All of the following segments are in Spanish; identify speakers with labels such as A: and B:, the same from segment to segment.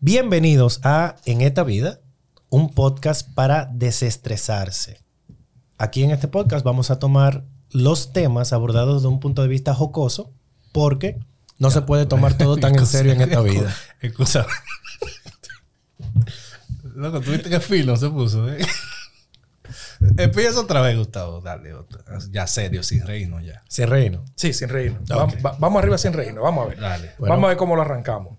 A: Bienvenidos a En esta vida, un podcast para desestresarse. Aquí en este podcast vamos a tomar los temas abordados de un punto de vista jocoso, porque no se puede tomar todo tan en serio en esta vida.
B: Excusa. Loco, tuviste que filo se puso, ¿eh? Empieza otra vez, Gustavo. Dale, otra. ya serio, sin reino ya.
A: Se reino.
C: Sí, sin reino. Vam- va- vamos arriba sin reino. Vamos a ver.
B: Dale.
A: Bueno.
C: Vamos a ver cómo lo arrancamos.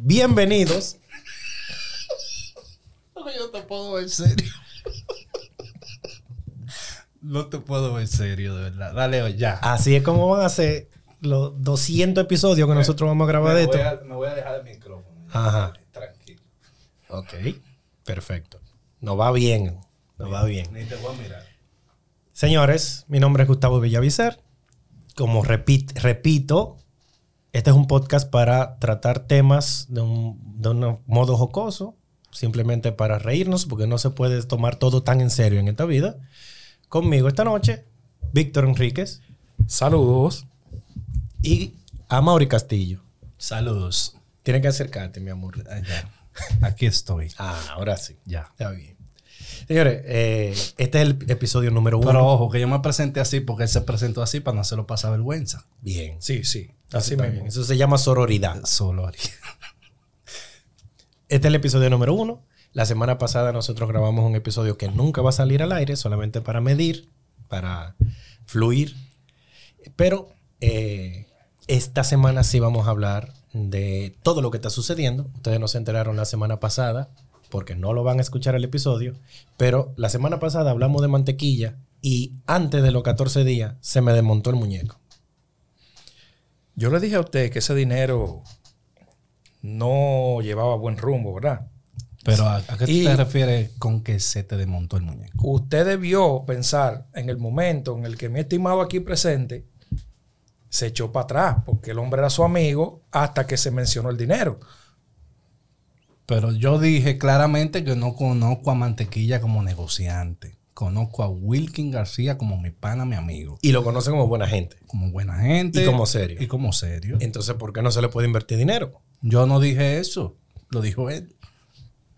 A: Bienvenidos
B: Loco, yo te puedo ver serio. No te puedo ver serio, de verdad. Dale, ya.
A: Así es como van a ser los 200 episodios que nosotros vamos a grabar de esto.
B: dejar el micrófono.
A: Ajá.
B: Tranquilo.
A: Ok, perfecto. Nos va bien, nos va bien.
B: Ni te voy a mirar.
A: Señores, mi nombre es Gustavo Villavizar. Como repit- repito, este es un podcast para tratar temas de un, de un modo jocoso, simplemente para reírnos, porque no se puede tomar todo tan en serio en esta vida. Conmigo esta noche, Víctor Enríquez
C: Saludos.
A: y Amaury Castillo.
B: Saludos.
A: Tienen que acercarte, mi amor.
B: Ah, ya. Aquí estoy.
A: Ah, ahora sí.
B: Ya.
A: Está bien. Señores, eh, este es el episodio número uno.
B: Pero ojo, que yo me presenté así porque él se presentó así para no hacerlo pasar vergüenza.
A: bien.
C: Sí, sí.
A: Así
C: Así
A: está
C: mismo.
A: bien. Eso se llama sororidad.
B: Solo haría.
A: Este es el episodio número uno. La semana pasada nosotros grabamos un episodio que nunca va a salir al aire, solamente para medir, para fluir. Pero eh, esta semana sí vamos a hablar de todo lo que está sucediendo. Ustedes no se enteraron la semana pasada porque no lo van a escuchar el episodio. Pero la semana pasada hablamos de mantequilla y antes de los 14 días se me desmontó el muñeco.
C: Yo le dije a usted que ese dinero no llevaba buen rumbo, ¿verdad?
B: Pero ¿a, a qué tú
C: Y-
B: te refieres con que se te desmontó el muñeco?
C: Usted debió pensar en el momento en el que mi estimado aquí presente se echó para atrás, porque el hombre era su amigo hasta que se mencionó el dinero.
B: Pero yo dije claramente que no conozco a Mantequilla como negociante. Conozco a Wilkin García como mi pana, mi amigo.
A: Y lo conocen como buena gente.
B: Como buena gente.
A: Y como serio.
B: Y como serio.
A: Entonces, ¿por qué no se le puede invertir dinero?
B: Yo no dije eso. Lo dijo él.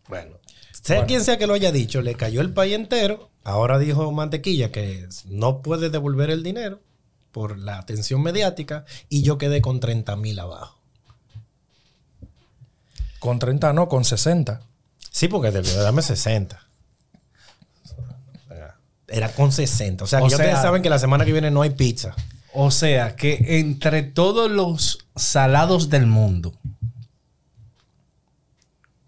A: Bueno. Sea quien sea que lo haya dicho, le cayó el país entero. Ahora dijo Mantequilla que no puede devolver el dinero por la atención mediática y yo quedé con 30 mil abajo.
C: Con 30 no, con 60.
A: Sí, porque debió de darme 60. Era con 60. O sea, que
B: O
A: ya ustedes
B: sea-
A: saben que la semana que viene no hay pizza.
B: O sea que entre todos los salados del mundo,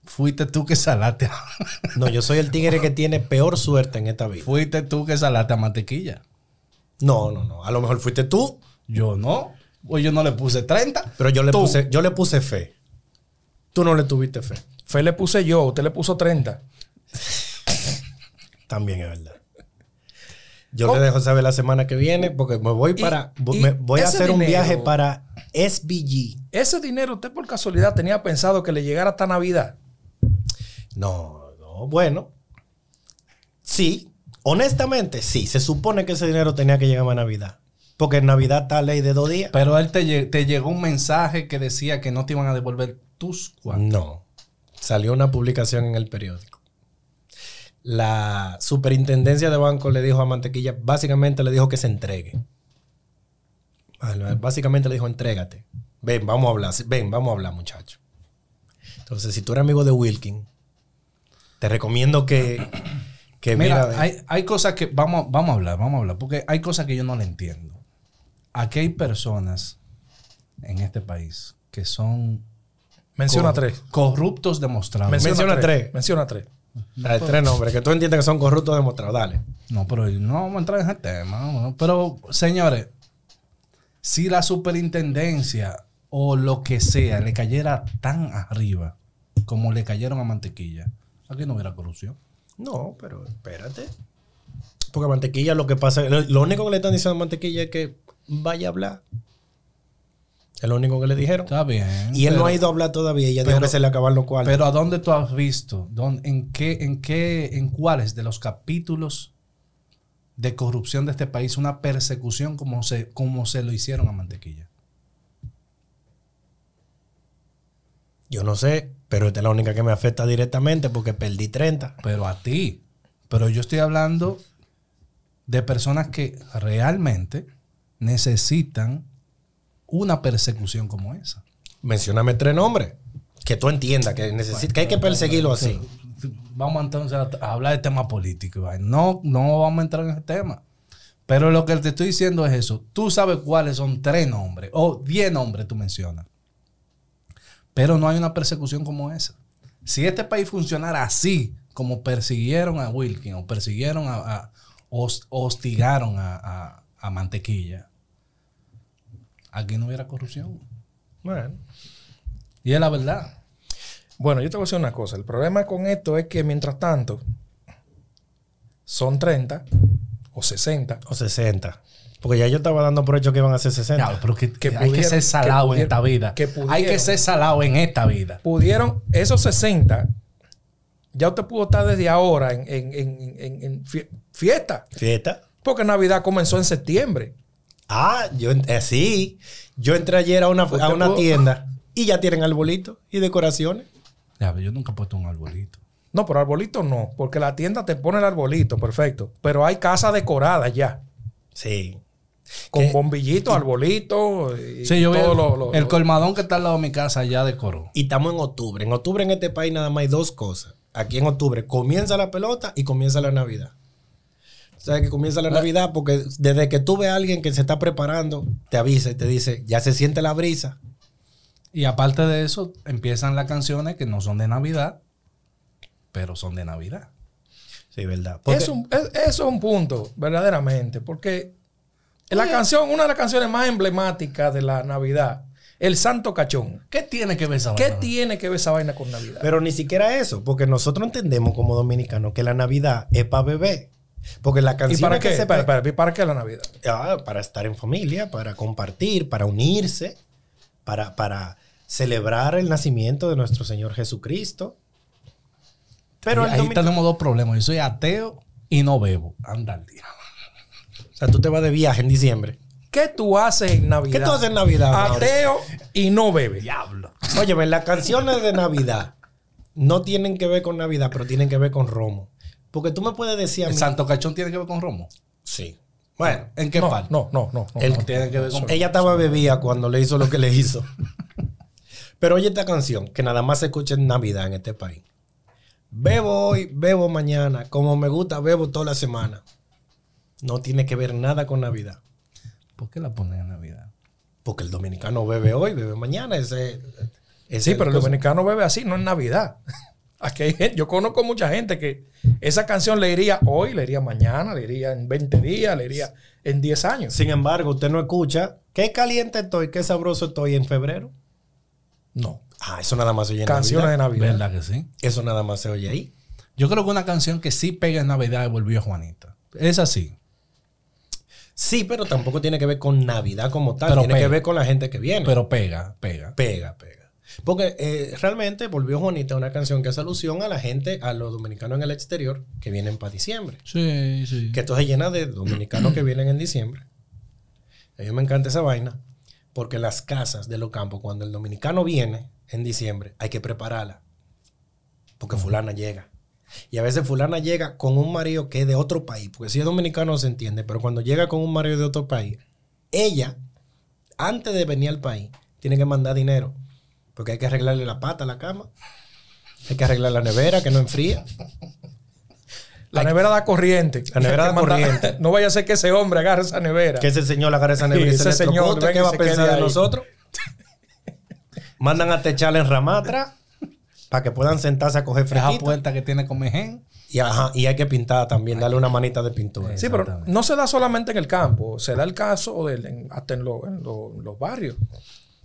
B: fuiste tú que salaste. a-
A: No, yo soy el tigre que tiene peor suerte en esta vida.
B: fuiste tú que salaste a Mantequilla.
A: No, no, no. A lo mejor fuiste tú,
B: Yo no. Pues yo no le puse 30.
A: pero yo le,
B: Tú.
A: puse, yo le puse fe. Tú no le tuviste fe.
C: Fe le puse yo, usted le puso 30.
A: También es verdad. Yo le dejo saber la semana que viene porque me voy para.
C: Oh. y
A: me- voy a
C: ese
A: hacer un
C: dinero-
A: viaje para SBG.
C: Ese dinero usted por casualidad tenía pensado que le llegara hasta Navidad.
A: No, no, bueno. Sí, honestamente, sí. Se supone que ese dinero tenía que llegar a Navidad. Porque en Navidad está ley de dos días.
B: Pero él te, lle- te llegó un mensaje que decía que no te iban a devolver tus cuartos.
A: No. Salió una publicación en el periódico. La superintendencia de banco le dijo a Mantequilla, básicamente le dijo que se entregue. Bueno,
B: Mm.
A: Básicamente le dijo, entrégate. Ven, vamos a hablar. Ven, vamos a hablar, muchacho. Entonces, si tú eres amigo de Wilkin, te recomiendo que, que
B: Mira,
A: mira,
B: hay, hay cosas que vamos, vamos a hablar, vamos a hablar, porque hay cosas que yo no le entiendo. Aquí hay personas en este país que son
C: Menciona
B: cor-
C: tres.
B: corruptos demostrados.
A: Menciona tres.
C: Ah, Menciona tres.
A: hay tres nombres que tú entiendes que son corruptos demostrados. Dale.
B: No, pero no vamos a entrar en ese tema. ¿no? Pero, señores, si la superintendencia o lo que sea le cayera tan arriba como le cayeron a Mantequilla, aquí no hubiera corrupción.
A: No, pero espérate. Porque mantequilla lo que pasa, lo, lo único que le están diciendo a mantequilla es que vaya a hablar. Es lo único que le dijeron.
B: Está bien.
A: Y él no
B: pero-
A: ha ido a hablar todavía, ya dijo
B: pero-
A: que se le acabaron los cuartos.
B: Pero ¿a dónde tú has visto? ¿Dónde- en, qué, ¿En qué, en cuáles de los capítulos de corrupción de este país una persecución como se, como se lo hicieron a Mantequilla?
A: Yo no sé, pero esta es la única que me afecta directamente porque perdí 30.
B: Pero a ti. Pero yo estoy hablando de personas que realmente necesitan una persecución como esa.
A: Mencióname tres nombres. Que tú entiendas que, necesi- que hay que perseguirlo así.
B: Vamos entonces a, a hablar de temas políticos. Iván. No, no vamos a entrar en ese tema. Pero lo que te estoy diciendo es eso. Tú sabes cuáles son tres nombres o diez nombres tú mencionas. Pero no hay una persecución como esa. Si este país funcionara así, como persiguieron a Wilkin o persiguieron a... a- hos- hostigaron a, a- a Mantequilla, aquí no hubiera corrupción.
A: Bueno.
B: Y es la verdad.
C: Bueno, yo te voy a decir una cosa. El problema con esto es que mientras tanto son 30 o 60
A: O 60. Porque ya yo estaba dando por hecho que iban a ser 60.
B: Ya, pero que,
C: Que
B: hay que
C: pudieron-
B: ser salado
C: que
B: en esta
C: pudieron-
B: vida.
C: que
B: hay que
C: pudieron.
B: ser salado en esta vida.
C: pudieron, esos 60, ya usted pudo estar desde ahora en, en- en- en- en fie- fiesta,
A: Fiesta.
C: porque Navidad comenzó en septiembre.
A: Ah, yo ent- eh, sí. Yo entré ayer a una, a
C: Usted
A: una
C: pudo-
A: tienda y ya tienen arbolitos y decoraciones.
B: Ya, pero yo nunca he puesto un arbolito.
C: No, pero arbolito no, porque la tienda te pone el arbolito, perfecto. Pero hay casa decorada ya,
A: Sí.
C: con
A: ¿Qué?
C: bombillitos, arbolitos y
B: Sí, yo vi
C: todo
B: el,
C: lo- lo-
B: el
C: lo-
B: colmadón que está al lado de mi casa ya decoró.
A: Y estamos en octubre. En octubre en este país nada más hay dos cosas. Aquí en octubre comienza la pelota y comienza la Navidad. ¿Sabes que comienza la
C: Ah.
A: Navidad? Porque desde que tú ves a alguien que se está preparando, te avisa y te dice, ya se siente la brisa.
B: Y aparte de eso, empiezan las canciones que no son de Navidad, pero son de Navidad.
A: Sí, verdad.
C: es un- es- eso es un punto, verdaderamente, porque la canción, una de las canciones más emblemáticas de la Navidad, El Santo Cachón.
B: ¿Qué tiene que ver esa
C: ¿Qué
B: vaina?
C: tiene que ver esa vaina con Navidad?
A: Pero ni siquiera eso, porque nosotros entendemos como dominicanos que la Navidad es para beber. Porque la
C: ¿Y
A: canción
C: para
A: que
C: qué?
A: se-
C: Para, para- ¿para qué la Navidad?
A: Ah, para estar en familia, para compartir, para unirse, para, para celebrar el nacimiento de nuestro Señor Jesucristo. Pero
B: Y
A: el
B: ahí
A: domingo-
B: tenemos dos problemas. Yo soy ateo y no bebo. Anda al día.
A: o sea, tú te vas de viaje en diciembre. Ah,
C: ¿Qué tú haces en Navidad?
A: ¿Qué tú haces en Navidad? Mauro?
C: Ateo y no bebe.
B: Diablo.
A: Óyeme, las canciones de Navidad no tienen que ver con Navidad, pero tienen que ver con Romo. Porque tú me puedes decir a
B: ¿El
A: mí.
B: Santo Cachón tiene que ver con Romo?
A: Sí. Bueno,
B: ¿En qué
C: no,
B: parte?
C: no, no, no, Pues no.
A: el-
B: no tiene que ver con...
A: Ella estaba bebida cuando le hizo lo que le hizo. Pero oye esta canción que nada más se escucha en Navidad en este país. Bebo hoy, bebo mañana, como me gusta, bebo toda la semana. No tiene que ver nada con Navidad.
B: ¿Por qué la ponen en Navidad?
A: Porque el dominicano bebe hoy, bebe mañana. Ese, ese
C: sí, pero el
A: cosa.
C: dominicano bebe así, no en Navidad. Aquí hay gente- yo conozco mucha gente que esa canción le iría hoy, le iría mañana, le iría en 20 días, le iría en 10 años.
A: Sin embargo, usted no escucha qué caliente estoy, qué sabroso estoy en febrero.
C: No.
A: Ah, eso nada más se oye en
C: Canciones
A: Navidad.
C: de Navidad.
B: ¿Verdad que sí?
A: Eso nada más se oye ahí.
B: Yo creo que una canción que sí pega en Navidad es Volvió Juanita. Es así.
A: Sí, pero tampoco tiene que ver con Navidad como tal.
B: Pero
A: tiene
B: pega.
A: que ver con la gente que viene.
B: Pero pega, pega.
A: Pega, pega. Porque eh, realmente volvió Juanita una canción que hace alusión a la gente, a los dominicanos en el exterior que vienen para diciembre.
B: Sí, sí.
A: Que esto se llena de dominicanos que vienen en diciembre. A mí me encanta esa vaina. Porque las casas de los campos, cuando el dominicano viene en diciembre, hay que prepararla. Porque fulana llega. Y a veces fulana llega con un marido que es de otro país. Porque si es dominicano se entiende. Pero cuando llega con un marido de otro país, ella, antes de venir al país, tiene que mandar dinero. Porque hay que arreglarle la pata a la cama. Hay que arreglar la nevera que no enfría.
C: La nevera da corriente.
A: La nevera
C: Hay que
A: da
C: mandar-
A: corriente.
C: No vaya a ser que ese hombre agarre esa nevera.
A: Que ese señor agarre esa nevera y
C: Sí,
A: se
C: ese
A: electrocute,
C: señor,
A: ¿Qué
C: venga,
A: va a
C: se
A: pensar
C: quede
A: de
C: ahí.
A: nosotros? Mandan a techar en ramatra para que puedan sentarse a coger
B: Esa
A: fresquito.
B: puerta que tiene con Mejen.
A: Y, ajá, y hay que pintar también, darle una manita de pintura.
C: Sí, pero
B: Exactamente.
C: no se da solamente en el campo, se da el caso del- en- hasta en, lo- en lo- en los barrios,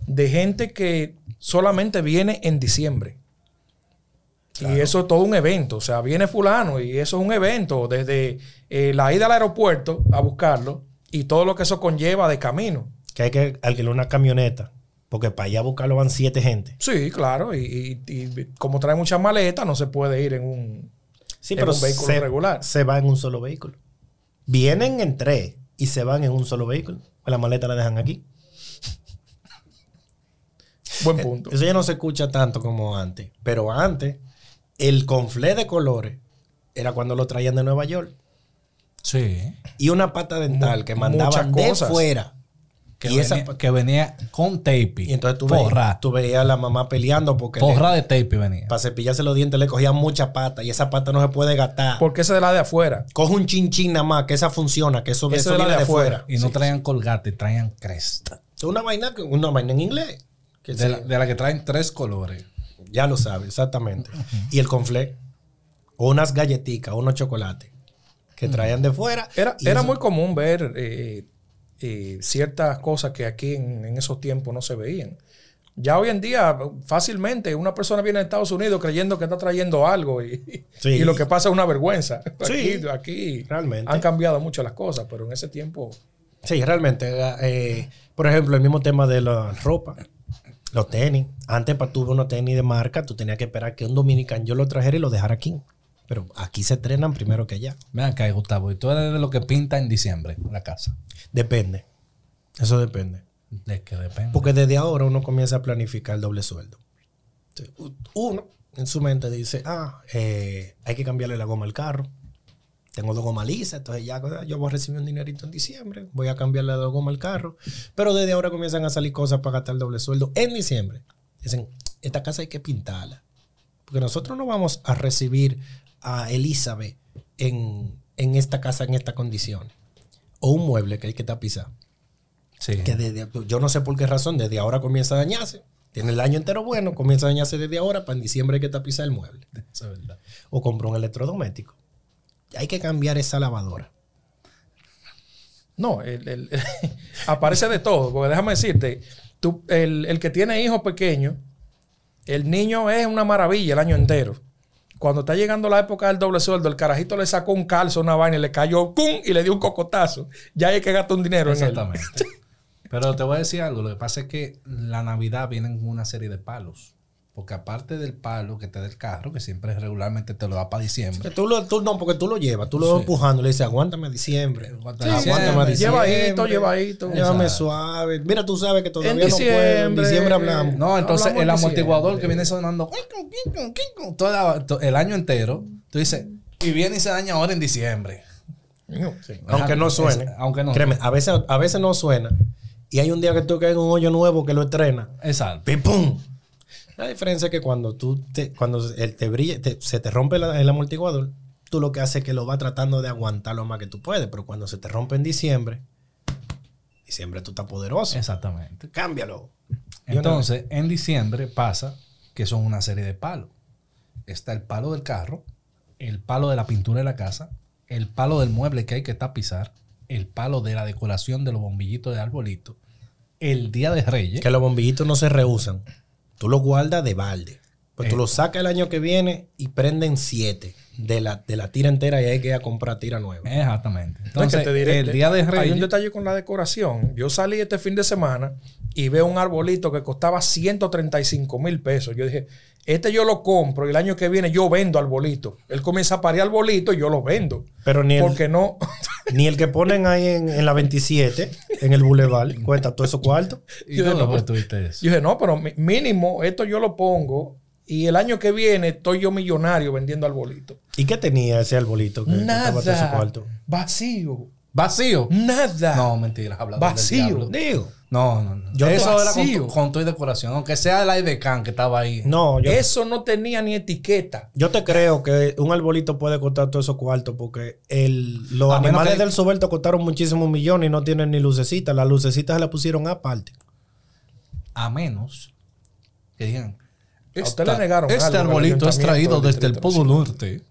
C: de gente que solamente viene en diciembre. Y eso es todo un evento, o sea, viene fulano y eso es un evento, desde eh, la ida al aeropuerto a buscarlo y todo lo que eso conlleva de camino.
A: Que hay que alquilar una camioneta. Porque para allá a buscarlo van siete gente.
C: Sí, claro, y, y- y como trae muchas maletas, no se puede ir en un...
A: Sí,
C: Es
A: pero
C: un vehículo
A: se,
C: regular.
A: se va en un solo vehículo. Vienen en tres y se van en un solo vehículo. Pues La maleta la dejan aquí.
C: Buen punto.
A: Eso ya no se escucha tanto como antes. Pero antes, el conflé de colores era cuando lo traían de Nueva York.
B: Sí.
A: Y una pata dental
C: Mu-
A: que mandaban
C: muchas
A: de
C: cosas.
A: fuera.
B: Que,
A: y,
B: venía,
A: esa, pa-
B: que venía con tape.
A: y entonces tú,
B: porra.
A: veías, tú veías a la mamá peleando porque
B: Porra de tape venía.
A: para cepillarse los dientes le cogían mucha pata y esa pata no se puede gastar.
C: Porque esa es la de afuera.
A: Coge un chinchín nada más, que esa funciona, que eso,
C: Eso
A: eso
C: es la
A: viene
C: de
A: de
C: afuera.
A: fuera.
B: Y no traían colgate, traían cresta.
A: Es una vaina, que- una vaina en inglés. Que
B: De,
A: se-
B: la, de la que traen tres colores.
A: Ya lo sabe, exactamente. Y el conflé, o unas galletitas, unos chocolates que traían de fuera.
C: Era,
A: y
C: era
A: eso-
C: muy común ver eh, eh, ciertas cosas que aquí en, en esos tiempos no se veían. Ya hoy en día, fácilmente, una persona viene de Estados Unidos creyendo que está trayendo algo y,
A: Sí.
C: y lo que pasa es una vergüenza.
A: Sí.
C: Aquí, aquí
A: Realmente.
C: han cambiado mucho las cosas, pero en ese tiempo
A: Sí, realmente. era, eh, por ejemplo, el mismo tema de la ropa, los tenis. Antes para tuve unos tenis de marca, tú tenías que esperar que un dominicano yo lo trajera y lo dejara aquí. Pero aquí se trenan primero que allá.
B: Ven acá, Gustavo. Y tú eres de lo que pinta en diciembre la casa.
A: Depende. Eso depende.
B: De que depende.
A: Porque desde ahora uno comienza a planificar el doble sueldo. Entonces, u- Uno en su mente dice, ah, eh, hay que cambiarle la goma al carro. Tengo dos gomas lisas, entonces ya cosa, yo voy a recibir un dinerito en diciembre, voy a cambiarle la goma al carro. Pero desde ahora comienzan a salir cosas para gastar el doble sueldo en diciembre. Dicen, esta casa hay que pintarla. Porque nosotros no vamos a recibir a Elizabeth en, en esta casa en esta condición. O un mueble que hay que tapizar
B: Sí.
A: que desde- pues, yo no sé por qué razón, desde ahora comienza a dañarse. Tiene el año entero bueno, comienza a dañarse desde ahora, para en diciembre hay que tapizar el mueble.
B: Eso es verdad.
A: O compró un electrodoméstico. Hay que cambiar esa lavadora.
C: No, el- el- aparece de todo. Porque déjame decirte, tú- el, el que tiene hijos pequeños, el niño es una maravilla el año entero. Cuando está llegando la época del doble sueldo, el carajito le sacó un calzo, una vaina y le cayó ¡pum! y le dio un cocotazo. Ya hay que gastar un dinero en él.
B: Exactamente. Pero te voy a decir algo. Lo que pasa es que la Navidad viene con una serie de palos. Porque aparte del palo que te da el carro, que siempre regularmente te lo da para diciembre.
A: Que Tú, lo, tú- no, porque tú lo llevas, tú lo vas empujando, le dices, aguántame a diciembre.
B: Aguántame a
A: aguántame a
B: diciembre.
A: diciembre.
C: Llevadito, llevadito.
A: Llévame
B: Exacto.
A: suave. Mira, tú sabes que todavía
C: En
A: no puedo. En
C: diciembre.
A: diciembre hablamos.
B: No, entonces
C: Hablamos
B: el
C: de
B: amortiguador
C: siempre.
B: que viene sonando toda la- to- el año entero, tú dices, y viene y se daña ahora en diciembre.
C: Sí.
A: Aunque no suene.
B: Es- aunque no.
A: Créeme, a veces, a veces no suena. Y hay un día que tú caes en un hoyo nuevo que lo estrena.
B: Exacto.
A: ¡Pim, pum! La diferencia es que cuando tú te, cuando el te brilla, te- se te rompe la- el amortiguador, tú lo que haces es que lo vas tratando de aguantar lo más que tú puedes. Pero cuando se te rompe en diciembre, diciembre tú estás poderoso.
B: Exactamente.
A: Cámbialo.
B: Entonces, en diciembre pasa que son una serie de palos. Está el palo del carro, el palo de la pintura de la casa, el palo del mueble que hay que tapizar, el palo de la decoración de los bombillitos de arbolito, el día de Reyes.
A: Que los bombillitos no se rehusan. Tú los guardas de balde. Pues tú
B: Eh.
A: los sacas el año que viene y prenden siete de la, de la tira entera y hay que ir a comprar tira
B: Eh.
A: nueva.
B: Exactamente.
C: No, es que
B: Entonces,
C: te diré,
B: el día de
C: Hay
B: Reyes.
C: un detalle con la decoración. Yo salí este fin de semana y veo un arbolito que costaba 135 mil pesos. Yo dije, este yo lo compro y el año que viene yo vendo arbolito. Él comienza a parir arbolito y yo lo vendo.
A: Pero ni el,
C: Porque no,
A: ni el que ponen ahí en, en la 27, en el Boulevard, cuenta todo eso cuarto.
B: y todo lo que tuviste eso.
C: yo dije, no, pero mi- mínimo, esto yo lo pongo y el año que viene estoy yo millonario vendiendo arbolito.
A: ¿Y qué tenía ese arbolito que que estaba en su
C: Nada.
A: cuarto?
C: Vacío.
B: Vacío.
C: Nada.
B: No, mentira, hablador del
C: Vacío.
B: diablo.
A: Digo.
B: No, no, no.
A: Yo
B: Eso
A: te-
B: era con
A: vacío.
B: tu, con tu decoración, aunque sea el aire can que estaba ahí.
A: No, yo,
C: Eso no tenía ni etiqueta.
A: yo te creo que un arbolito puede costar todo eso cuarto porque el, los
B: A menos
A: animales
B: que-
A: del soberto costaron muchísimos millones y no tienen ni lucecitas. Las lucecitas se las pusieron aparte.
B: A menos que digan.
C: A usted
B: "Esta-
C: le negaron
B: este
C: algo en el
B: arbolito es
C: ayuntamiento
B: traído
C: del
B: desde el
C: Distrito
B: Polo Norte.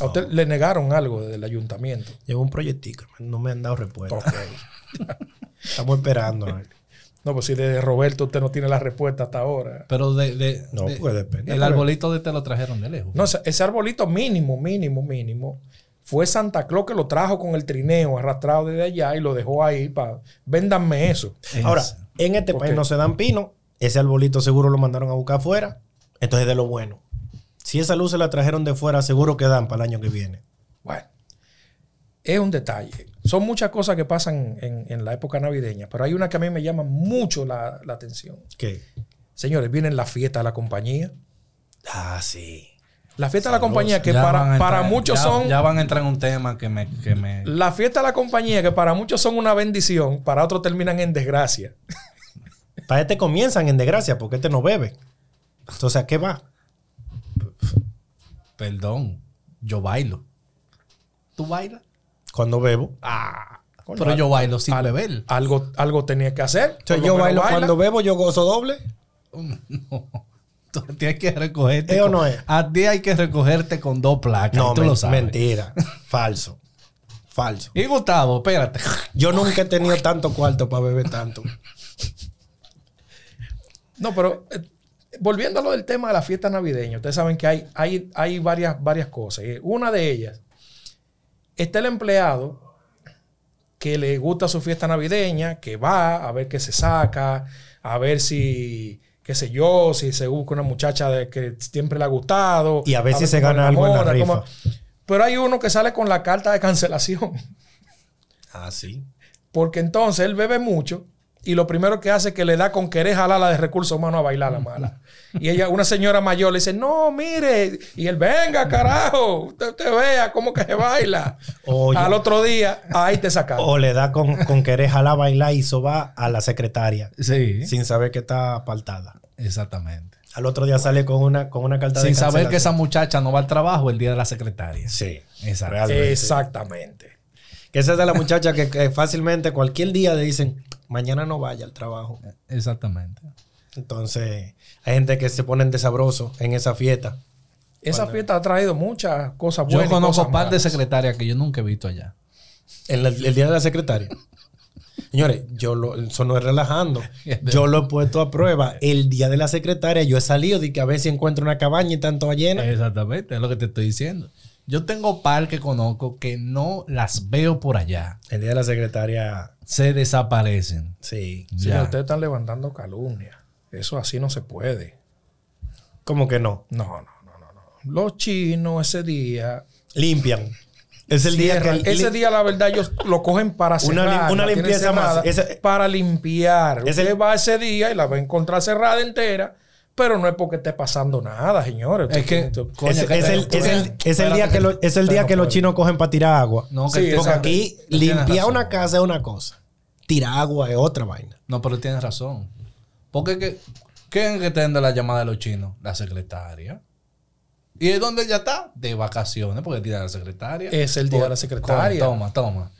C: A usted le negaron algo del ayuntamiento.
A: Llevo un proyectico, no me han dado respuesta.
C: Ok.
A: Estamos esperando. a ver.
C: No, pues si de Roberto usted no tiene la respuesta hasta ahora.
B: Pero de. de-
A: No,
B: de-
A: pues depende.
B: El arbolito de te lo trajeron de lejos.
C: No, ese ese arbolito mínimo, mínimo, mínimo. Fue Santa Claus que lo trajo con el trineo arrastrado desde allá y lo dejó ahí para véndanme eso.
B: Es-
A: Ahora, en este
C: Ok.
A: país no se dan pinos. Ese arbolito seguro lo mandaron a buscar afuera. Entonces, de lo bueno. Si esa luz se la trajeron de fuera, seguro que dan para el año que viene.
C: Bueno, es un detalle. Son muchas cosas que pasan en, en la época navideña, pero hay una que a mí me llama mucho la, la atención.
A: ¿Qué?
C: Señores, vienen las fiestas de la compañía.
A: Ah, sí.
C: Las fiestas de la compañía que
B: Ya van
C: para,
B: a
C: para
B: entrar-
C: muchos
B: ya-
C: son...
B: Ya van a entrar en un tema que me. Que me
C: Las fiestas de la compañía que para muchos son una bendición, para otros terminan en desgracia.
A: Para este comienzan en desgracia porque este no bebe. Entonces, ¿a qué va?
B: perdón, yo bailo. ¿Tú bailas?
A: Cuando bebo.
C: Ah, coño,
B: Pero
C: al-
B: yo bailo sin beber.
C: algo, algo tenía que hacer.
A: O sea,
C: Por lo
A: yo
C: menos
A: bailo
C: baila.
A: cuando bebo, yo gozo doble.
B: No. Tú tienes que recogerte.
A: ¿Es o
B: con-
A: no es?
B: A ti hay que recogerte con dos placas.
A: No,
B: tú
A: men-
B: lo sabes.
A: mentira. Falso. Falso.
B: Y Gustavo, espérate.
A: Yo nunca he tenido tanto cuarto para beber tanto.
C: No, pero eh, volviendo a lo del tema de la fiesta navideña, ustedes saben que hay, hay, hay varias, varias cosas. Eh, Una de ellas, está el empleado que le gusta su fiesta navideña, que va a ver qué se saca, a ver si, qué sé yo, si se busca una muchacha de que siempre le ha gustado.
A: Y a ver si se
C: cómo
A: gana algo en la
C: enamora, cómo-
A: rifa.
C: Pero hay uno que sale con la carta de cancelación.
A: Ah, sí.
C: Porque entonces él bebe mucho y lo primero que hace es que le da con querer jalarla de recursos humanos a bailar la mala. Y ella, una señora mayor, le dice, no, mire. Y él, venga, carajo, usted, usted vea cómo que se baila.
A: Oye.
C: Al otro día, ahí te sacaron.
B: Oh,
A: O le da con, con querer jalar, bailar y soba a la secretaria
B: Sí.
A: sin saber que está apartada.
B: Exactamente.
A: Al otro día sale con una, con una carta de
B: Sin saber que esa
A: cancelación.
B: muchacha no va al trabajo el día de la secretaria.
A: Sí,
B: Exacto.
A: realmente.
C: Exactamente.
A: Que esa es de la muchacha que, que fácilmente cualquier día le dicen, mañana no vaya al trabajo.
B: Exactamente.
A: Entonces, hay gente que se ponen de sabroso en esa fiesta.
C: Esa fiesta ha traído muchas cosas
B: Yo
C: buenas. y
B: conozco
C: cosas
B: un par de
C: malas.
B: secretarias que yo nunca he visto allá.
A: En la- el día de la secretaria. Señores, yo lo, eso no es relajando. Yo lo he puesto a prueba. El día de la secretaria, yo he salido de que a ver si encuentro una cabaña y tanto
B: Eh.
A: ballena.
B: Exactamente, es lo que te estoy diciendo. Yo tengo par que conozco que no las veo por allá.
A: El día de la secretaria,
B: Se desaparecen.
A: sí.
C: Señor,
B: Ya.
C: ustedes están levantando calumnia. Eso así no se puede.
A: ¿Cómo que no?
C: No, no, no, no. no. Los chinos ese día...
A: Limpian. Es el día
C: cierran.
A: que.
C: ese día, la verdad, ellos lo cogen para
A: Una lim-
C: cerrar.
A: una
C: la tienen
A: limpieza más.
C: cerrada
A: Ese-
C: para limpiar.
A: Ese-
C: Usted va ese día y la va a encontrar cerrada entera, pero no es porque esté pasando nada, señores.
B: Es que-
C: Usted-
B: coño,
A: es,
B: que
A: es
B: te-
A: el, es el- es el día
B: espérate,
A: que, lo- es el día
C: no
A: que los
C: puede.
A: chinos cogen para tirar agua.
B: No,
C: Sí,
B: que
A: Porque
C: exacto.
A: aquí
B: Tienes
A: limpiar
B: razón.
A: una casa es una cosa. Tirar agua es otra vaina.
B: No, pero tienes razón. Porque que, ¿quién es que te vende la llamada de los chinos? La secretaria. ¿Y es donde ella está? De vacaciones, porque tiene la secretaria.
C: Es el día de la secretaria. Eh,
B: Toma, toma.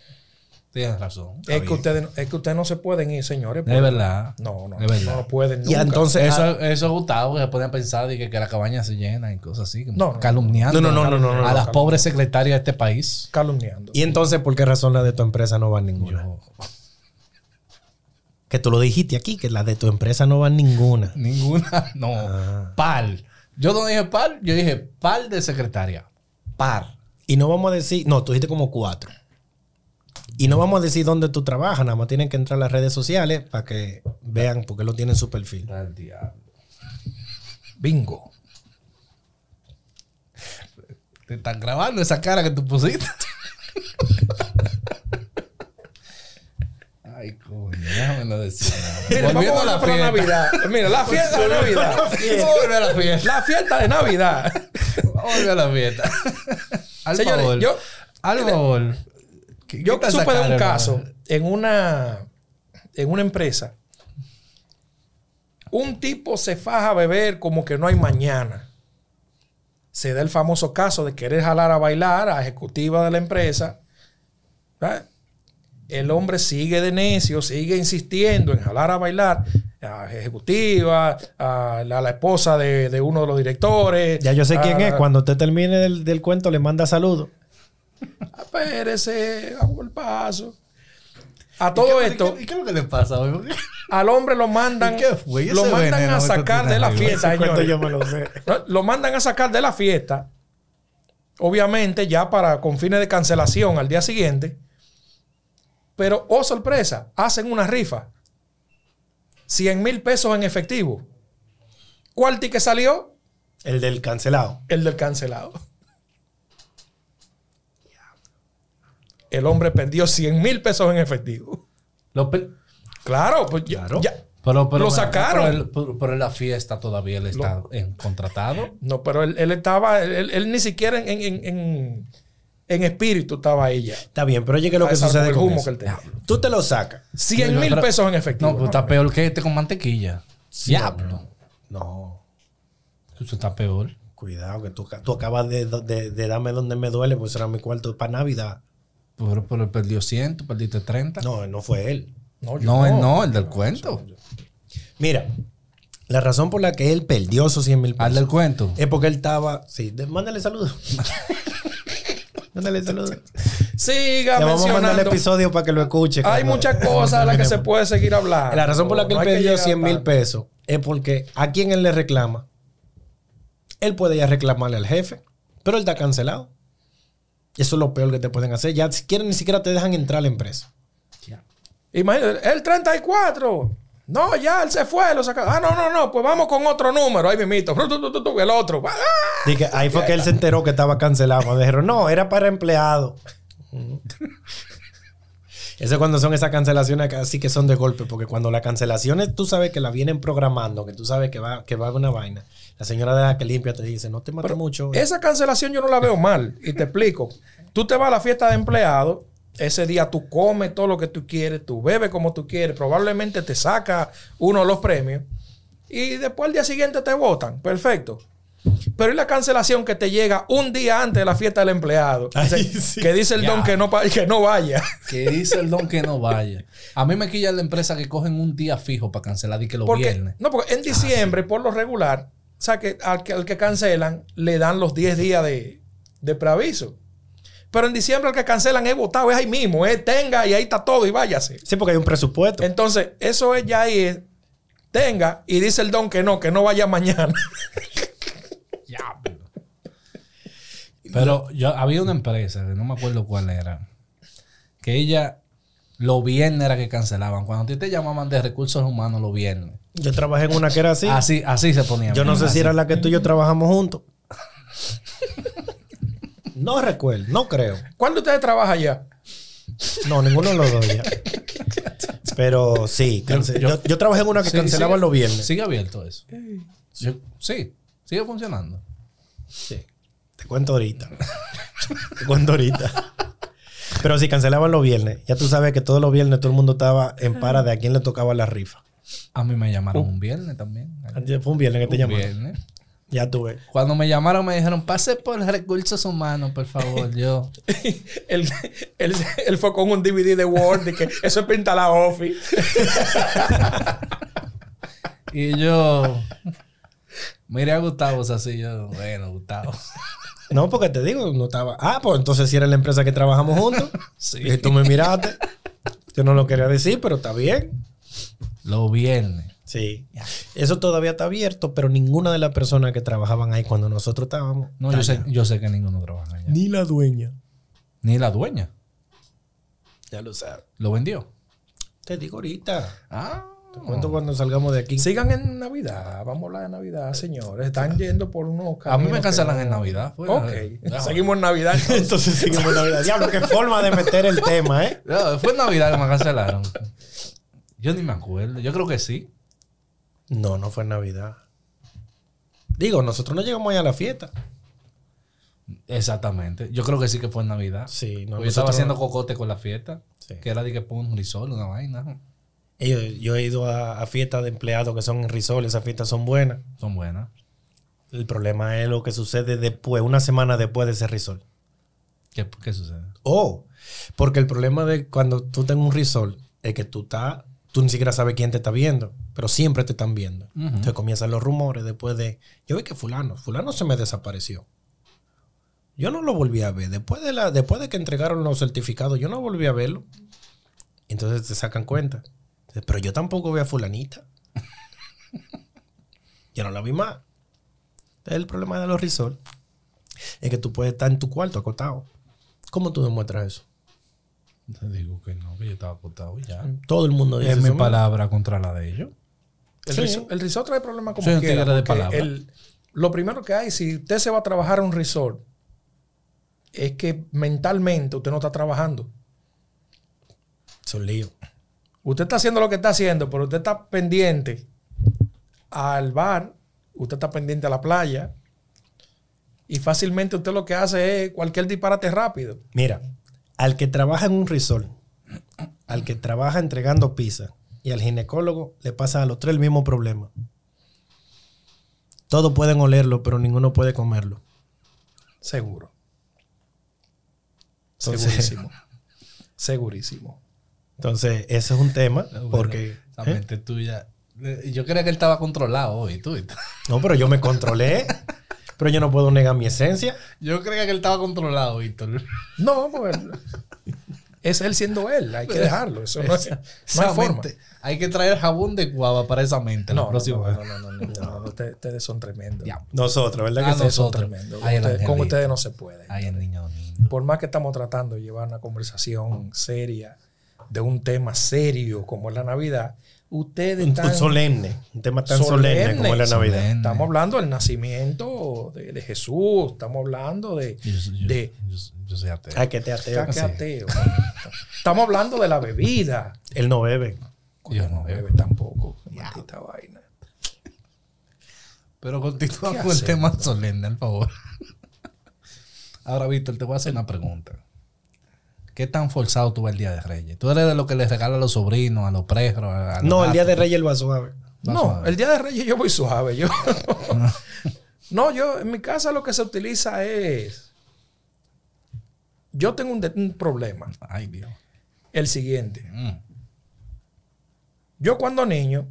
B: Tienes razón.
C: es, que ustedes, no- es que ustedes no se pueden ir, señores.
B: De verdad.
C: No, no,
B: De
C: no,
B: verdad.
C: no pueden.
A: Y
C: nunca.
A: entonces. ah,
B: Eso, eso es Gustavo, que se ponen a pensar de que, que la cabaña se llena y cosas así.
C: No, no.
B: calumniando
A: No, no, no, no, no, no,
B: a
A: no,
B: las
A: calum-
B: pobres secretarias de este país.
C: calumniando.
A: y entonces, ¿por qué razón la de tu empresa no va ninguna?
B: Yo-
A: Que tú lo dijiste aquí, que las de tu empresa no van ninguna.
B: ninguna, no.
A: Ah.
B: Par. Yo no dije par, yo dije par de secretaria. Par.
A: Y no vamos a decir, no, tú dijiste como cuatro. Y no vamos a decir dónde tú trabajas, nada más tienen que entrar a las redes sociales para que vean por qué lo tienen en su perfil.
B: Al diablo.
C: Bingo.
B: Te están grabando esa cara que tú pusiste. Ay, coño, déjamelo decir.
C: Mira, vamos
B: Volviendo a la
C: hablar
B: fiesta.
C: para Navidad. Mira, la fiesta de Navidad.
B: Volviendo a la fiesta.
C: La fiesta de Navidad.
B: Volviendo a la fiesta. Al
C: Señores,
B: favor.
C: yo-
B: Al favor. ¿Qué-
C: Yo
B: qué tal esa
C: supe de
B: cara,
C: un caso
B: hermano?
C: en una, en una empresa. Un tipo se faja a beber como que no hay mañana. Se da el famoso caso de querer jalar a bailar a ejecutiva de la empresa. ¿verdad? El hombre sigue de necio, sigue insistiendo en jalar a bailar a ejecutiva, a la, a la esposa de, de uno de los directores.
A: Ya yo sé quién
C: a-
A: es. Cuando usted termine del, del cuento, le manda saludos.
C: Espérese, hago el paso. A todo
B: ¿Y qué-
C: esto.
B: ¿Y qué es lo que le pasa hoy?
C: al hombre lo mandan,
B: ¿Y qué fue? ¿Y
C: lo
B: ese
C: mandan
B: veneno
C: a
B: que tú
C: sacar
B: tienes
C: de la
B: arriba?
C: fiesta,
A: Ese cuento
C: señores.
A: yo me lo sé.
C: No, Lo mandan a sacar de la fiesta, obviamente ya para con fines de cancelación al día siguiente. Pero, oh sorpresa, hacen una rifa. 100 mil pesos en efectivo. ¿Cuál ticket salió?
A: El del cancelado.
C: El del cancelado. el hombre perdió 100 mil pesos en efectivo.
B: Lo pe-
C: Claro, pues ya-
A: Claro.
C: ya.
B: pero, pero,
C: Lo sacaron.
B: Pero, él- pero- pero en la fiesta todavía él está en- contratado.
C: No, pero él, él estaba, él, él ni siquiera en, en- en- en espíritu estaba ella.
A: Está bien, pero oye, ¿qué es lo
C: Ah,
A: que
C: esa-
A: sucede
C: el
A: con
C: humo
A: eso?
C: que él tenía.
A: Tú te lo sacas.
C: 100 mil
B: Pero-
C: pesos en efectivo.
B: No, pues está peor que este con mantequilla. Diablo.
A: No,
B: Eso está peor.
A: cuidado, que tú, ca- tú acabas de, de- de darme donde me duele, pues era mi cuarto para Navidad.
B: Pero, pero él perdió 100, tú perdiste 30. No,
A: No, no fue él.
C: No, yo
B: no, el, no, el del cuento.
A: Mira, la razón por la que él perdió esos 100 mil
B: Al
A: pesos
B: del cuento.
A: es porque él estaba. Sí, de- mándale saludos. mándale saludos.
C: Siga
A: Le vamos a mandar el
C: mencionando.
A: episodio para que lo escuche.
C: Hay
A: cuando-
C: muchas cosas a las que se puede seguir hablando.
A: Ah, La razón por la que
C: No
A: él
C: hay
A: perdió
C: llegar
A: 100 mil
C: tanto.
A: pesos es porque a quien él le reclama, él puede ya reclamarle al jefe, pero él está cancelado. Eso es lo peor que te pueden hacer. Ya si quieren, ni siquiera te dejan entrar a la empresa.
C: Imagínate, el 34. No, ya él se fue, lo sacaron. Ah, no, no, no, pues vamos con otro número. Ahí mismito. Tu, tu, tu, tu, El otro. ¡Ah!
A: Y que ahí fue que él se enteró que estaba cancelado. Cuando dijeron, no, era para empleado. Eso es cuando son esas cancelaciones que así que son de golpe, porque cuando las cancelaciones tú sabes que la vienen programando, que tú sabes que va, que va a haber una vaina, la señora de la que limpia te dice, no te mate
C: Pero
A: mucho.
C: Esa cancelación yo no la veo mal. Y te explico. Tú te vas a la fiesta de empleados. Ese día tú comes todo lo que tú quieres, tú bebes como tú quieres, probablemente te saca uno de los premios y después al día siguiente te votan. Perfecto. Pero es la cancelación que te llega un día antes de la fiesta del empleado.
A: Ay,
C: Dice-
A: sí.
C: Que dice el
B: Ya.
C: don que no, pa- que no vaya.
B: Que dice el don que no vaya. A mí me quilla la empresa que cogen un día fijo para cancelar y que lo
C: Porque,
B: viernes.
C: no, porque en diciembre, por lo regular, o sea, que al, que al que cancelan le dan los 10 días de, de preaviso. Pero en diciembre al que cancelan es votado, es ahí mismo, es tenga y ahí está todo y váyase.
A: Sí, porque hay un presupuesto.
C: Entonces, eso es ya ahí, es, tenga y dice el don que no, que no vaya mañana.
B: Diablo. Pero yo había una empresa, que no me acuerdo cuál era, que ella los viernes era que cancelaban. Cuando a ti te llamaban de recursos humanos los viernes.
A: Yo trabajé en una que era así.
B: Así, así se ponía.
A: Yo no sé si
B: Así.
A: era la que tú y yo trabajamos juntos. No recuerdo, no creo.
C: ¿Cuál de ustedes trabaja ya?
A: No, ninguno de los dos ya. Pero sí, cance- yo, yo trabajé en una que
B: Sí,
A: cancelaba
B: sigue-
A: los viernes.
B: Sigue abierto eso. Yo- sí, sigue funcionando.
A: Sí. Te cuento ahorita. Te cuento ahorita. Pero si cancelaban los viernes, ya tú sabes que todos los viernes todo el mundo estaba en para de a quién le tocaba la rifa.
B: A mí me llamaron
A: Oh.
B: un viernes también.
A: Fue un viernes que te
B: Un
A: llamaron.
B: viernes.
A: Ya tuve.
B: Cuando me llamaron me dijeron, pase por recursos humanos, por favor. Yo,
C: Él, él- él fue con un DVD de Word y que eso es pinta la office.
B: Y yo miré a Gustavo o sea, así, yo, bueno, Gustavo.
A: No, porque te digo, no estaba. Ah, pues entonces si era la empresa que trabajamos juntos.
B: Sí.
A: Y tú me miraste. Yo no lo quería decir, pero está bien.
B: Los viernes.
A: Sí. Eso todavía está abierto, pero ninguna de las personas que trabajaban ahí cuando nosotros estábamos.
B: No, yo
A: está
B: sé,
A: allá.
B: yo sé que ninguno trabaja allá.
A: Ni la dueña.
B: Ni la dueña.
A: Ya lo sabes.
B: Lo vendió.
A: Te digo ahorita.
B: Ah.
A: Te cuento cuando salgamos de aquí.
C: Sigan en Navidad, vamos a hablar de Navidad, Ah, señores. Están yendo por unos
B: A mí
C: caminos
B: me
C: que
B: cancelan
C: no-
B: en Navidad. pues.
C: Ok,
B: Ya,
C: seguimos en Navidad. entonces.
A: Entonces seguimos en Navidad. Diablo, qué forma de meter el tema, ¿eh?
B: ya, fue en Navidad que me cancelaron. Yo ni me acuerdo. Yo creo que sí.
A: No, no fue en Navidad. Digo, nosotros no llegamos allá a la fiesta.
B: Exactamente. Yo creo que sí que fue en Navidad.
A: Sí, no,
B: Porque yo estaba
A: nosotros-
B: haciendo cocote con la fiesta.
A: Sí.
B: Que era de que pon un risol, una vaina.
A: Yo, yo he ido a, a fiestas de empleados que son en Risol, esas fiestas son buenas.
B: Son buenas.
A: El problema es lo que sucede después, una semana después de ese risol.
B: ¿Qué, qué sucede?
A: Oh, porque el problema de cuando tú tengas un risol es que tú estás, tú ni siquiera sabes quién te está viendo, pero siempre te están viendo.
B: Ujú.
A: Entonces comienzan los rumores después de, yo vi que fulano, fulano se me desapareció. Yo no lo volví a ver. Después de, la, después de que entregaron los certificados, yo no volví a verlo. Entonces te sacan cuenta. Dices, Pero yo tampoco vi a fulanita. yo no la vi más. Entonces el problema de los resorts es que tú puedes estar en tu cuarto acotado. ¿Cómo tú demuestras eso?
B: Te digo que no, que yo estaba acostado y ya.
A: Todo el mundo dice
B: Es mi
A: eso mismo.
B: palabra contra la de ellos.
C: El,
A: Sí.
C: resort, el resort trae problemas como
B: Soy un
C: quiera,
B: tigre de
C: porque
B: palabra.
C: el- lo primero que hay, si usted se va a trabajar a un resort, es que mentalmente usted no está trabajando.
A: Es un lío.
C: Usted está haciendo lo que está haciendo, pero usted está pendiente al bar, usted está pendiente a la playa. Y fácilmente usted lo que hace es cualquier disparate rápido.
A: Mira, al que trabaja en un resort, al que trabaja entregando pizza y al ginecólogo le pasa a los tres el mismo problema. Todos pueden olerlo, pero ninguno puede comerlo.
C: Seguro.
A: Entonces-
C: Segurísimo. Segurísimo.
A: Entonces, ese es un tema porque...
B: La
A: ¿eh?
B: mente tuya. Eh, Yo creía que él estaba controlado hoy, tú.
A: No, pero yo me controlé. pero yo no puedo negar mi esencia.
B: Yo creía que él estaba controlado, Víctor.
C: No, porque es él siendo él. Hay que dejarlo. Eso no, es, no hay
B: Esa
C: forma.
B: mente- hay que traer jabón de guava para esa mente. la
C: No, no,
B: próxima
C: no,
B: vez.
C: no, no, no, no, no, Ustedes, ustedes son tremendos.
B: eh. Ya.
A: Nosotros, ¿verdad que
B: Ah,
A: sí?
C: Ustedes son
B: Nosotros.
C: tremendos.
B: Ay, el
C: Ustedes- con
B: angelito.
C: ustedes no se puede.
B: Ay, el niño lindo.
C: Por más que estamos tratando de llevar una conversación seria de un tema serio como es la Navidad, ustedes
A: Un,
C: están...
A: un solemne, un tema tan solemne,
C: Solemne,
A: como es la Navidad.
B: solemne.
C: Estamos hablando del nacimiento de, de Jesús, estamos hablando de,
B: Yo, yo-
C: de
B: yo- yo soy ateo.
A: Ay, que te ateo.
C: Está que
B: sí.
C: ateo. Estamos hablando de la bebida.
A: Él no bebe.
B: Yo no
C: bebe tampoco. Maldita vaina.
B: Pero continúa
C: ¿Qué
B: con el
C: hacemos?
B: tema solemne, al favor. Ahora, Víctor, te voy a hacer una pregunta. ¿Qué tan forzado tú vas el Día de Reyes? ¿Tú eres de lo que les regala a los sobrinos, a los presos? a- a los
A: No, el día
B: gatos?
A: de Reyes él va suave.
B: Vas
C: No,
B: suave.
C: el Día de Reyes yo voy suave. Yo. no, yo en mi casa lo que se utiliza es... Yo tengo un, de- un problema.
B: Ay, Dios.
C: El siguiente.
B: Mm.
C: Yo cuando niño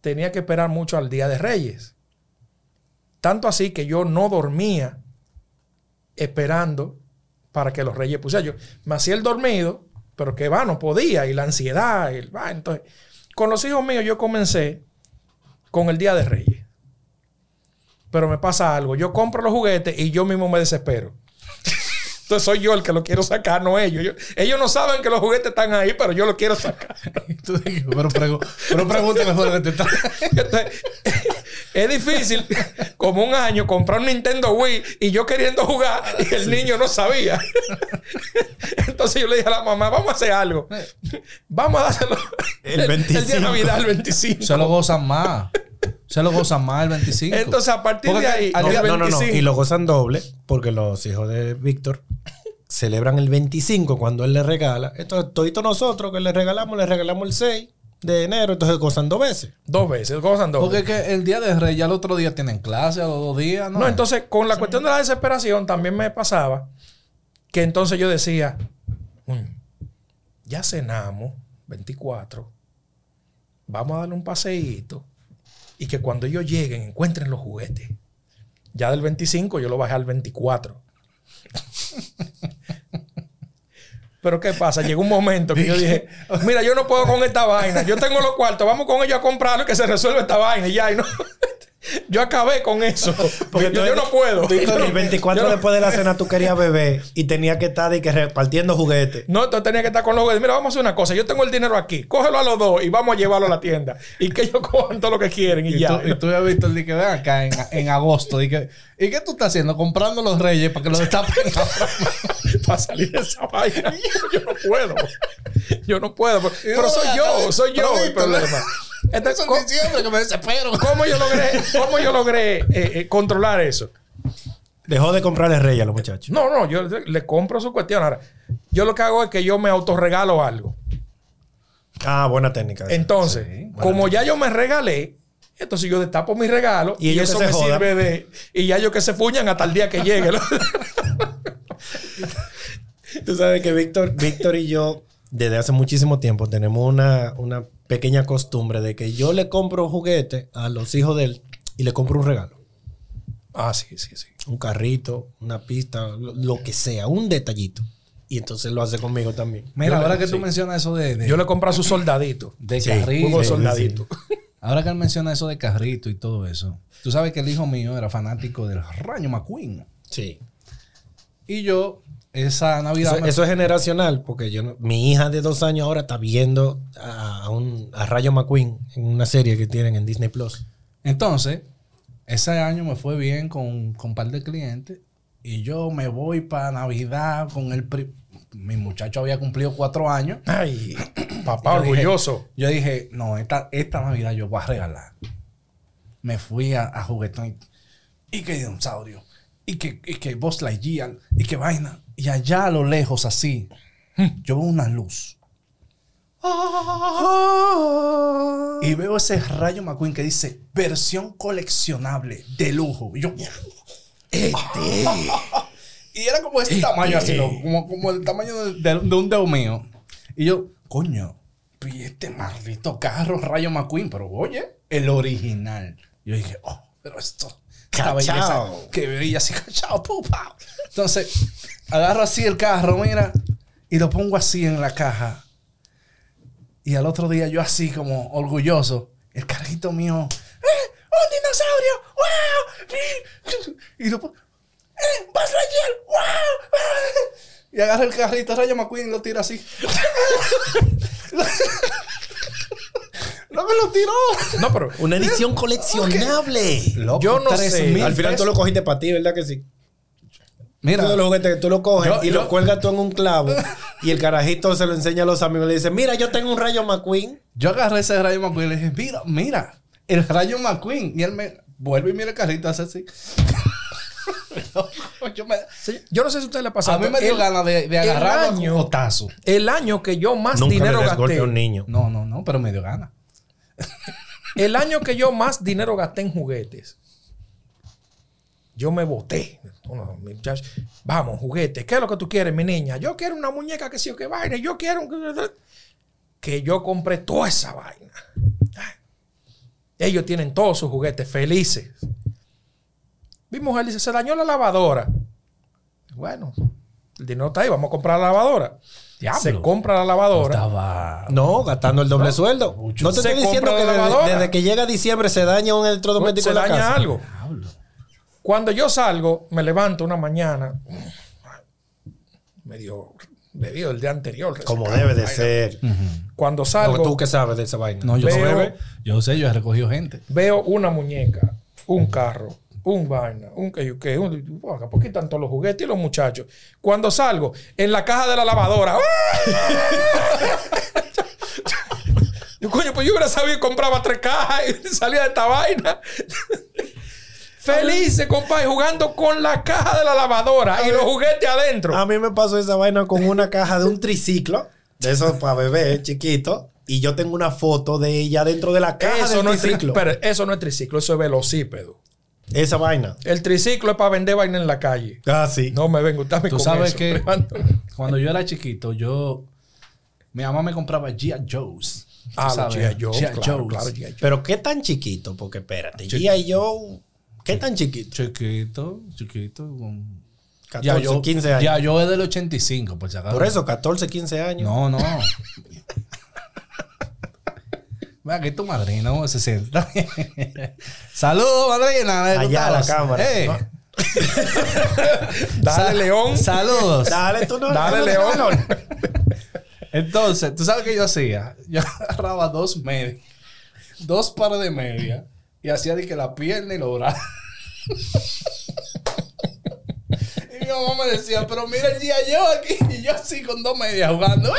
C: tenía que esperar mucho al Día de Reyes. Tanto así que yo no dormía esperando para que los reyes pusieran. Yo me hacía el dormido, pero que va, no podía. Y la ansiedad, y el va. Entonces, con los hijos míos yo comencé con el Día de Reyes. Pero me pasa algo. Yo compro los juguetes y yo mismo me desespero. Entonces soy yo el que lo quiero sacar, no ellos. Yo- ellos no saben que los juguetes están ahí, pero yo los quiero sacar.
B: Tú dices, pero, pregu- pero pregunta mejor que te trae.
C: Entonces, es difícil, como un año, comprar un Nintendo Wii y yo queriendo jugar
A: Ah,
C: y el niño no sabía. Entonces yo le dije a la mamá, vamos a hacer algo. Vamos a dárselo
A: Eh. El
C: el día de
A: 25.
C: Navidad, el 25.
B: Se lo gozan más. Se lo gozan más el 25.
C: Entonces, a partir
B: Porque
C: de ahí,
B: al
C: el
B: día-
A: No, no, no.
C: 25.
A: Y lo gozan doble porque los hijos de Víctor celebran el 25 cuando él le regala. Entonces, todito nosotros que le regalamos, le regalamos el 6 de enero. Entonces, gozan dos veces.
C: Dos veces, gozan dos
B: Porque es
C: veces.
B: que el día de rey ya el otro día tienen clase, a los dos días, ¿no?
C: No, entonces, con la cuestión de la desesperación también me pasaba que entonces yo decía, "Mm, ya cenamos, 24, vamos a darle un paseíto y que cuando ellos lleguen encuentren los juguetes. Ya del 25 yo lo bajé al 24. Pero ¿qué pasa? Llegó un momento que yo dije, mira, yo no puedo con esta vaina, yo tengo los cuartos, vamos con ellos a comprarlo y que se resuelva esta vaina y ya, y no. Yo acabé con eso. Porque yo,
A: tú-
C: yo no puedo.
A: Víctor, el 24
C: Yo no-
A: después de la cena tú querías beber y tenía que estar y que repartiendo juguetes.
C: No, entonces tenía que estar con los juguetes. Mira, vamos a hacer una cosa. Yo tengo el dinero aquí. Cógelo a los dos y vamos a llevarlo a la tienda. Y que ellos cojan todo lo que quieren y,
B: Y
C: ya.
B: tú, y tú ya viste el que ven acá en, en agosto. Y que, ¿Y qué tú estás haciendo? Comprando los reyes para que los destapen.
C: Para salir de esa vaina. Yo no puedo. Yo no puedo. Pero, pero
B: no,
C: soy yo.
B: pero-
C: Soy yo
B: pero
C: el
B: Víctor,
C: problema. Entonces,
B: Eso
C: ¿cómo,
B: en diciembre que me desespero.
C: cómo yo logré, cómo yo logré eh, eh, controlar eso?
A: Dejó de comprarle reyes a los muchachos.
C: No, no. Yo le compro su cuestión. Ahora, yo lo que hago es que yo me autorregalo algo.
A: Ah, buena técnica. esa.
C: Entonces,
B: Sí, bueno.
C: como ya yo me regalé, entonces yo destapo mi regalo
A: Y
C: y,
A: ellos
C: eso
A: que
C: me
A: se jodan.
C: sirve de. Y ya ellos que se fuñan hasta el día que llegue.
A: Tú sabes que Víctor, Víctor y yo, desde hace muchísimo tiempo, tenemos una, una pequeña costumbre de que yo le compro juguete a los hijos de él y le compro un regalo.
C: ah, sí, sí, sí.
A: Un carrito, una pista, lo, lo que sea, un detallito. Y entonces lo hace conmigo también.
B: Mira,
C: Yo le-
B: ahora que tú
C: sí.
B: mencionas eso de, de,
C: Yo le compro a su soldadito.
B: de
A: Sí,
B: carrito.
C: Juego de
A: sí,
C: soldadito.
B: Ahora que él menciona eso de carrito y todo eso. Tú sabes que el hijo mío era fanático del Rayo McQueen.
A: Sí.
B: Y yo, esa Navidad...
A: Eso,
B: me-
A: eso es generacional, porque yo no- mi hija de dos años ahora está viendo a, a un, a Rayo McQueen en una serie que tienen en Disney Plus.
B: Entonces, ese año me fue bien con, con un par de clientes. y yo me voy para Navidad con el... pri- Mi muchacho había cumplido cuatro años.
C: Ay, papá
B: Yo dije-
C: orgulloso.
B: Yo dije, no, esta, esta Navidad yo voy a regalar. Me fui a, a juguetón y, y que dinosaurio, y que, y que Buzz Lightyear, y que vaina. Y allá a lo lejos, así, yo veo una luz. Y veo ese rayo McQueen que dice versión coleccionable de lujo. Y yo. y era como este tamaño así, loco, como, como el tamaño de, de- de un dedo mío. Y yo, coño, y este maldito carro rayo McQueen, pero oye, el original. Yo dije, oh, pero esto. esta belleza
A: Cachao.
B: Que brilla así, cachao, pum, pau. Entonces, agarro así el carro, mira, y lo pongo así en la caja. Y al otro día yo así como orgulloso, el carrito mío, ¡eh! ¡Un dinosaurio! ¡Wow! Y lo pon- ¡eh! ¡Buzz Lightyear! ¡Wow! Y agarra el carrito Rayo McQueen y lo tira así. ¡No me lo tiró!
C: No, pero
A: Una edición coleccionable.
C: Yo no
B: tres
C: sé,
B: mil
A: Al final tú lo
B: pesos.
A: cogiste para ti, ¿verdad que sí?
B: Mira,
A: Uno de los juguetes que tú lo coges
B: Yo-
A: y lo
B: yo-
A: cuelgas tú en un clavo y el carajito se lo enseña a los amigos y le dice, mira, yo tengo un rayo McQueen.
B: yo agarré ese Rayo McQueen y le dije, mira, mira, el Rayo McQueen. Y él me vuelve y mira el carrito, hace así. yo me...
C: Sí, yo no sé si a usted le ha pasado.
B: a mí me dio
C: el,
B: ganas de, de
C: el
B: agarrarlo con
C: año-
B: un cotazo.
C: el año que yo más dinero gasté.
A: niño.
B: No, no, no, pero me dio ganas.
C: El año que yo más dinero gasté en juguetes. Yo me boté. Uno, mi muchacho, Vamos, juguetes. ¿Qué es lo que tú quieres, mi niña? Yo quiero una muñeca que sí o que vaina. Yo quiero un- que yo compré toda esa vaina. Ellos tienen todos sus juguetes felices. Mi mujer dice, se dañó la lavadora. Bueno, el dinero está ahí, vamos a comprar la lavadora.
B: Diablo.
C: Se compra la lavadora.
B: Estaba.
A: No, gastando el doble sueldo. No te
C: Se
A: estoy diciendo
C: compra
A: que desde,
C: la lavadora. Pues,
A: desde que llega diciembre se daña un electrodoméstico
C: se
A: en la
C: daña
A: casa.
C: algo.
B: Diablo.
C: Cuando yo salgo, me levanto una mañana, medio bebido el día anterior.
A: Como debe de ser.
C: Cuando
A: Porque
C: salgo,
A: tú que sabes de esa vaina.
B: No, yo
C: Veo-
B: sé. Yo sé, yo he recogido gente.
C: veo una muñeca, un carro, un vaina, un que yo que, un- Oiga, ¿por qué están todos los juguetes y los muchachos? Cuando salgo, en la caja de la lavadora. ¡ah! Yo, coño, pues yo hubiera sabido que compraba tres cajas y salía de esta vaina. Felices, compadre, jugando con la caja de la lavadora y los juguetes adentro.
A: A mí me pasó esa vaina con una caja de un triciclo, de esos para bebé chiquito, y yo tengo una foto de ella dentro de la caja
C: Eso
A: del
C: no, es tri-
A: triciclo.
C: pero eso no es triciclo, eso es velocípedo.
A: Esa vaina.
C: El triciclo es para vender vaina en la calle.
A: Ah, sí.
C: No me vengo, usted me
B: Tú
C: con
B: sabes
C: eso,
B: que
C: privando.
B: cuando yo era chiquito, yo. Mi mamá me compraba G.I. Joe's. Tú
C: Ah, los
B: sabes,
C: G.I. Joe,
B: G.I.
C: claro,
B: Joe's.
C: claro, G.I. Joe.
A: Pero qué tan chiquito, porque espérate, G.I. Joe, ¿qué tan chiquito?
B: Chiquito, chiquito. con-
A: 14,
B: G.I. Joe-
A: 15 años.
B: G.I. Joe es del 85, por si acaso.
A: Por eso, 14, 15 años.
B: No, no. Mira, que tu madrina, ¿cómo se sienta? Saludos, madrina. ¿cómo
A: Allá a la
B: estás?
A: cámara.
B: Eh,
A: No.
C: Dale,
B: sal-
C: León.
B: Saludos.
A: Dale, tú no.
C: Dale, León.
B: Entonces, ¿tú sabes qué yo hacía? Yo agarraba dos medias, dos pares de medias, y hacía de que la pierna y los brazos. Y mi mamá me decía, pero mira el día yo aquí, y yo así con dos medias jugando.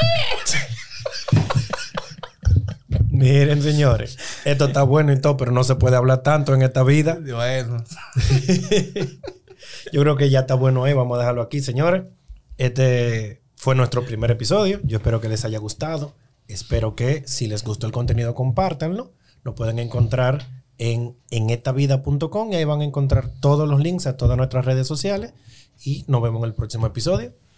A: Miren, señores, esto está bueno y todo, pero no se puede hablar tanto en esta vida.
B: Bueno,
A: Yo creo que ya está bueno ahí. Vamos a dejarlo aquí, señores. Este fue nuestro primer episodio. Yo espero que les haya gustado. Espero que si les gustó el contenido, compártanlo. Lo pueden encontrar en enetavida.com y ahí van a encontrar todos los links a todas nuestras redes sociales. Y nos vemos en el próximo episodio.